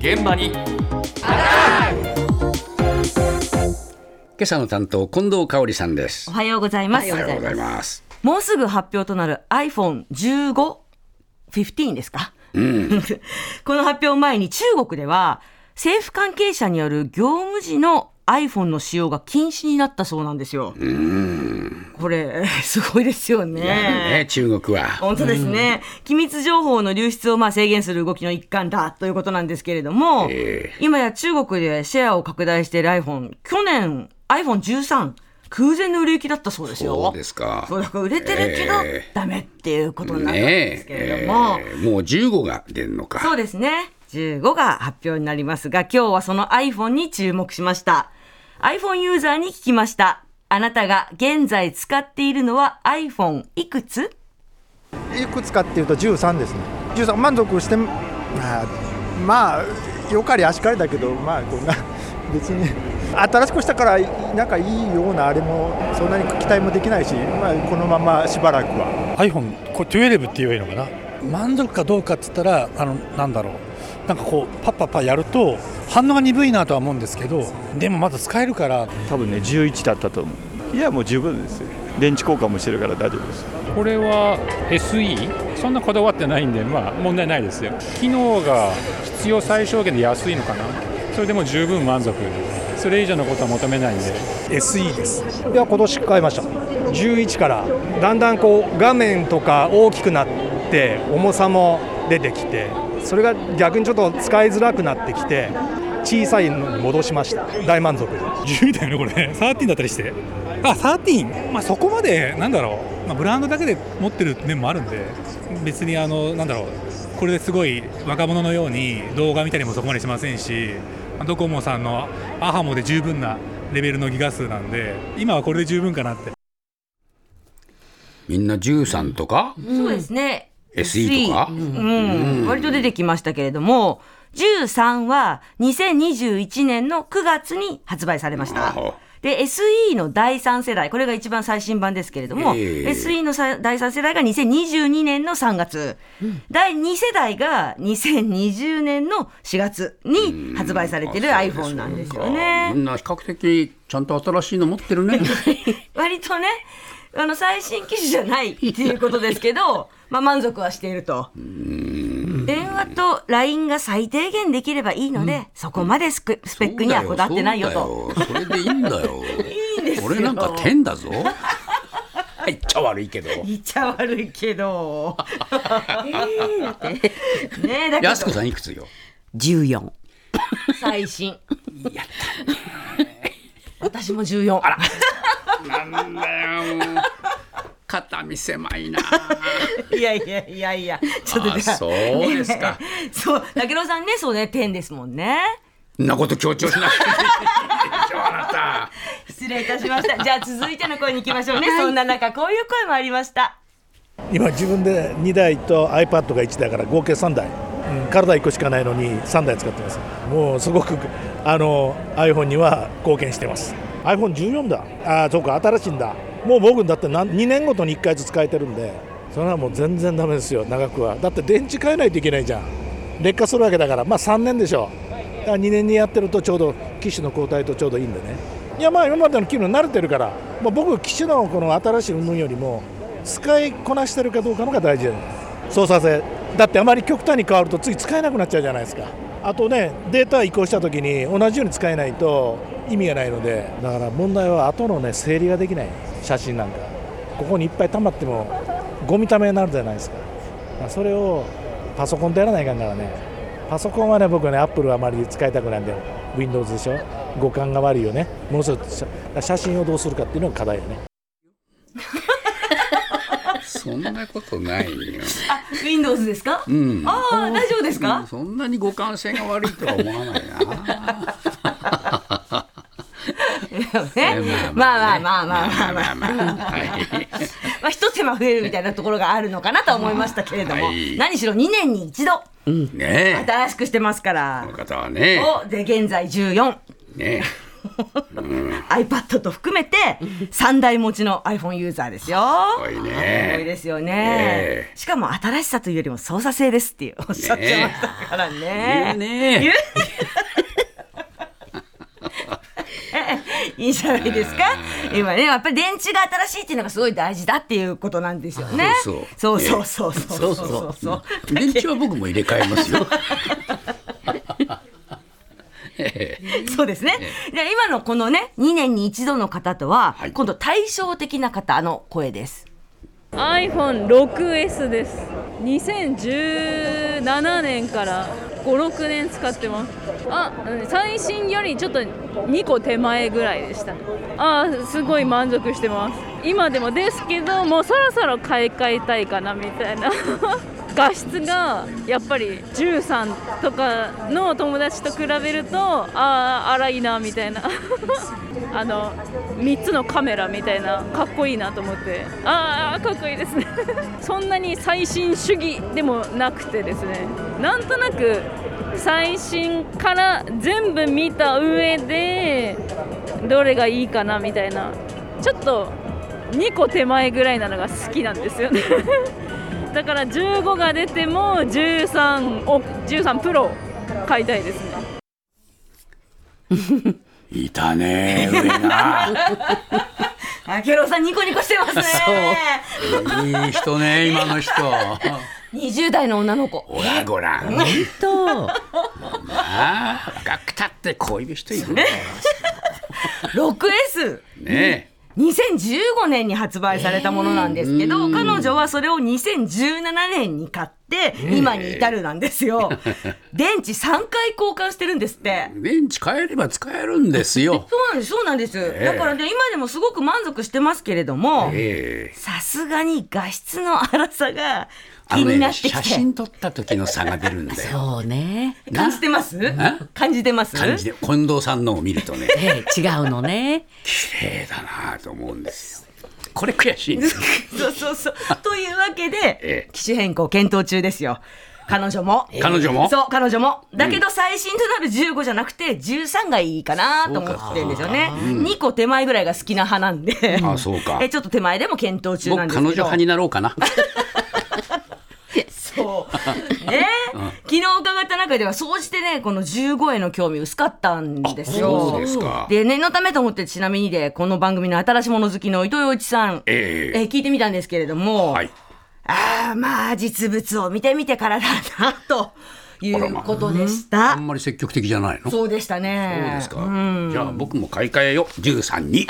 現場に今朝の担当近藤香織さんですおはようございます。おはようございますもうすぐ発表となる iPhone15、15ですか、 この発表を前に中国では政府関係者による業務時の iPhone の使用が禁止になったそうなんですよ。これ、 すごいですよね中国は本当ですね、機密情報の流出をまあ制限する動きの一環だということなんですけれども、え今や中国でシェアを拡大している iPhone 去年 iPhone13 空前の売れ行きだったそうですよそうですかそうだから売れてるけど、えダメっていうことになったんですねけれえども、えーもう15が出るのそかうですね。15が発表になりますが、今日はその iPhone に注目しました。iPhone ユーザーに聞きました。あなたが現在使っているのは iPhone いくついくつかっていうと13ですね13満足してまあまあよかりあしかりだけどまあこんな 別に新しくしたからなんかいいようなあれもそんなに期待もできないし、まあ、このまましばらくは iPhone これ12って言えばいいのかな満足かどうかっつったらあのなんだろうなんかこうパッパッパやると反応が鈍いなとは思うんですけどでもまだ使えるから多分ね11だったと思ういやもう十分ですよ電池交換もしてるから大丈夫ですこれは SE そんなこだわってないんでまあ問題ないですよ機能が必要最小限で安いのかなそれでも十分満足それ以上のことは求めないんで SE ですいや今年買いました11からだんだんこう画面とか大きくなって重さも出てきてそれが逆にちょっと使いづらくなってきて小さいのに戻しました大満足です12だよねこれ13だったりしてあ13、まあ、そこまでなんだろう、まあ、ブランドだけで持ってる面もあるんで別にあのなんだろうこれですごい若者のように動画見たりもそこまでしませんしドコモさんのアハモで十分なレベルのギガ数なんで今はこれで十分かなってみんな13とかそうですね。 SE とかうん、割と出てきましたけれども、13は2021年の9月に発売されましたなるほど。で、SE の第3世代、これが一番最新版ですけれども、ええ SE のさ第3世代が2022年の3月、第2世代が2020年の4月に発売されてる iPhone なんですよね。みんな比較的ちゃんと新しいの持ってる ね割とね、あの最新機種じゃないっていうことですけど、まあ満足はしていると。電話と LINE が最低限できればいいので、そこまでスクスペックにはこだわってないよと。そうだよそれでいいんだよ いいんですよ俺なんか天だぞはいちゃ悪いけど言っちゃ悪いけ ど。ねえ、だけやすこどさんいくつよ14 最新。私も14。なんだよ肩身狭いないやいやいやいや、ちょっとあじゃあそうですかそう、竹野さんね、そうね、10ですもんね。そんなこと強調しないでいいでしょあなた失礼いたしま した。じゃあ続いての声に行きましょうね。そんな中、こういう声もありました。今自分で2台と iPad が1台から合計3台、うん体1個しかないのに3台使ってますもうすごくあの iPhone には貢献してます iPhone14 だああそうか新しいんだもう僕だって何2年ごとに1回ずつ変えてるんでそれはもう全然ダメですよ長くはだって電池変えないといけないじゃん劣化するわけだからまあ3年でしょだから2年にやってるとちょうど機種の交代とちょうどいいんでねいやまあ今までの機能慣れてるから、まあ、僕機種のこの新しい云々よりも使いこなしてるかどうかのが大事だよ操作性だってあまり極端に変わると次使えなくなっちゃうじゃないですかあとねデータ移行した時に同じように使えないと意味がないのでだから問題は後のね整理ができない写真なんかここにいっぱい溜まってもゴミためになるじゃないですかまあそれをパソコンでやらないかんからねパソコンはね僕はねアップルはあまり使いたくないんだよ Windows でしょ五感が悪いよねものすごく写写真をどうするかっていうのが課題よねそんなことないよ Windows ですか、うんああ、大丈夫ですうんか、そんなに互換性が悪いとは思わないなね、まあまあまあまあまあまあ、まあまあはいまあ、一手間増えるみたいなところがあるのかなとは思いましたけれども、はい何しろ2年に一度、ねえ新しくしてますかこらの。方はねおで現在14。ね iPad と含めて3台持ちの iPhone ユーザーですよ。すごいねすごいですよね、えしかも新しさというよりも操作性ですっていうおっしゃってましたから言ね。うね言ういいじゃないですか今ねやっぱり電池が新しいっていうのがすごい大事だっていうことなんですよねそうそそううそうそうそうそうそそううそうそう電池は僕も入れ替えます よ。ええそうですね。じゃあ今のこのね、2年に一度の方とは、はい今度対照的な方の声です。 iPhone6S です2017年から56年使ってますあうん最新よりちょっと2個手前ぐらいでしたあーすごい満足してます今でもですけどもうそろそろ買い替えたいかなみたいな 画質がやっぱり13とかの友達と比べるとああ荒いなみたいなあの3つのカメラみたいなかっこいいなと思ってああかっこいいですね そんなに最新主義でもなくてですねなんとなく最新から全部見た上でどれがいいかなみたいなちょっと2個手前ぐらいなのが好きなんですよね だから15が出ても13を13プロ買いたいですねいたね、上 が。あけろさんニコニコしてますね。いい人ね、今の人。 20代の女の子。ほら、ごらん。本当。まあ、若くたってこういう人いるんだよ。 6S。ねえ。 2015年に発売されたものなんですけど、彼女はそれを2017年に買って、今に至るなんですよ。電池3回交換してるんですって。電池変えれば使えるんですよ。そうなんです、そうなんです。えだからね、今でもすごく満足してますけれども、ええさすがに画質の荒さがあ気のになっね、てきて、写真撮った時の差が出るんだよ。そうね。感じてます感じてます感じで、近藤さんのを見るとね、ええ違うのね。綺麗だなと思うんですよ。これ悔しいんですよ。そうそう そう。というわけで、ええ機種変更検討中ですよ。彼女も。彼女もそう、彼女も。だけど最新となる15じゃなくて13がいいかなと思ってるんですよね。2個手前ぐらいが好きな派なんで。あそうか え、ちょっと手前でも検討中な僕、んです彼けど。女派になろうかな。そう。ね、昨日伺った中では、総じてね、この15への興味薄かったんですよ。そうですかで念のためと思って、ちなみにで、この番組の新しいもの好きの伊藤洋一さん、えええ聞いてみたんですけれども、はい。ああ、まあ、実物を見てみてからだな、ということでしあた。んまり積極的じゃないの。そうそうでしたね。ですか。じゃあ僕も買い替えよう。13に。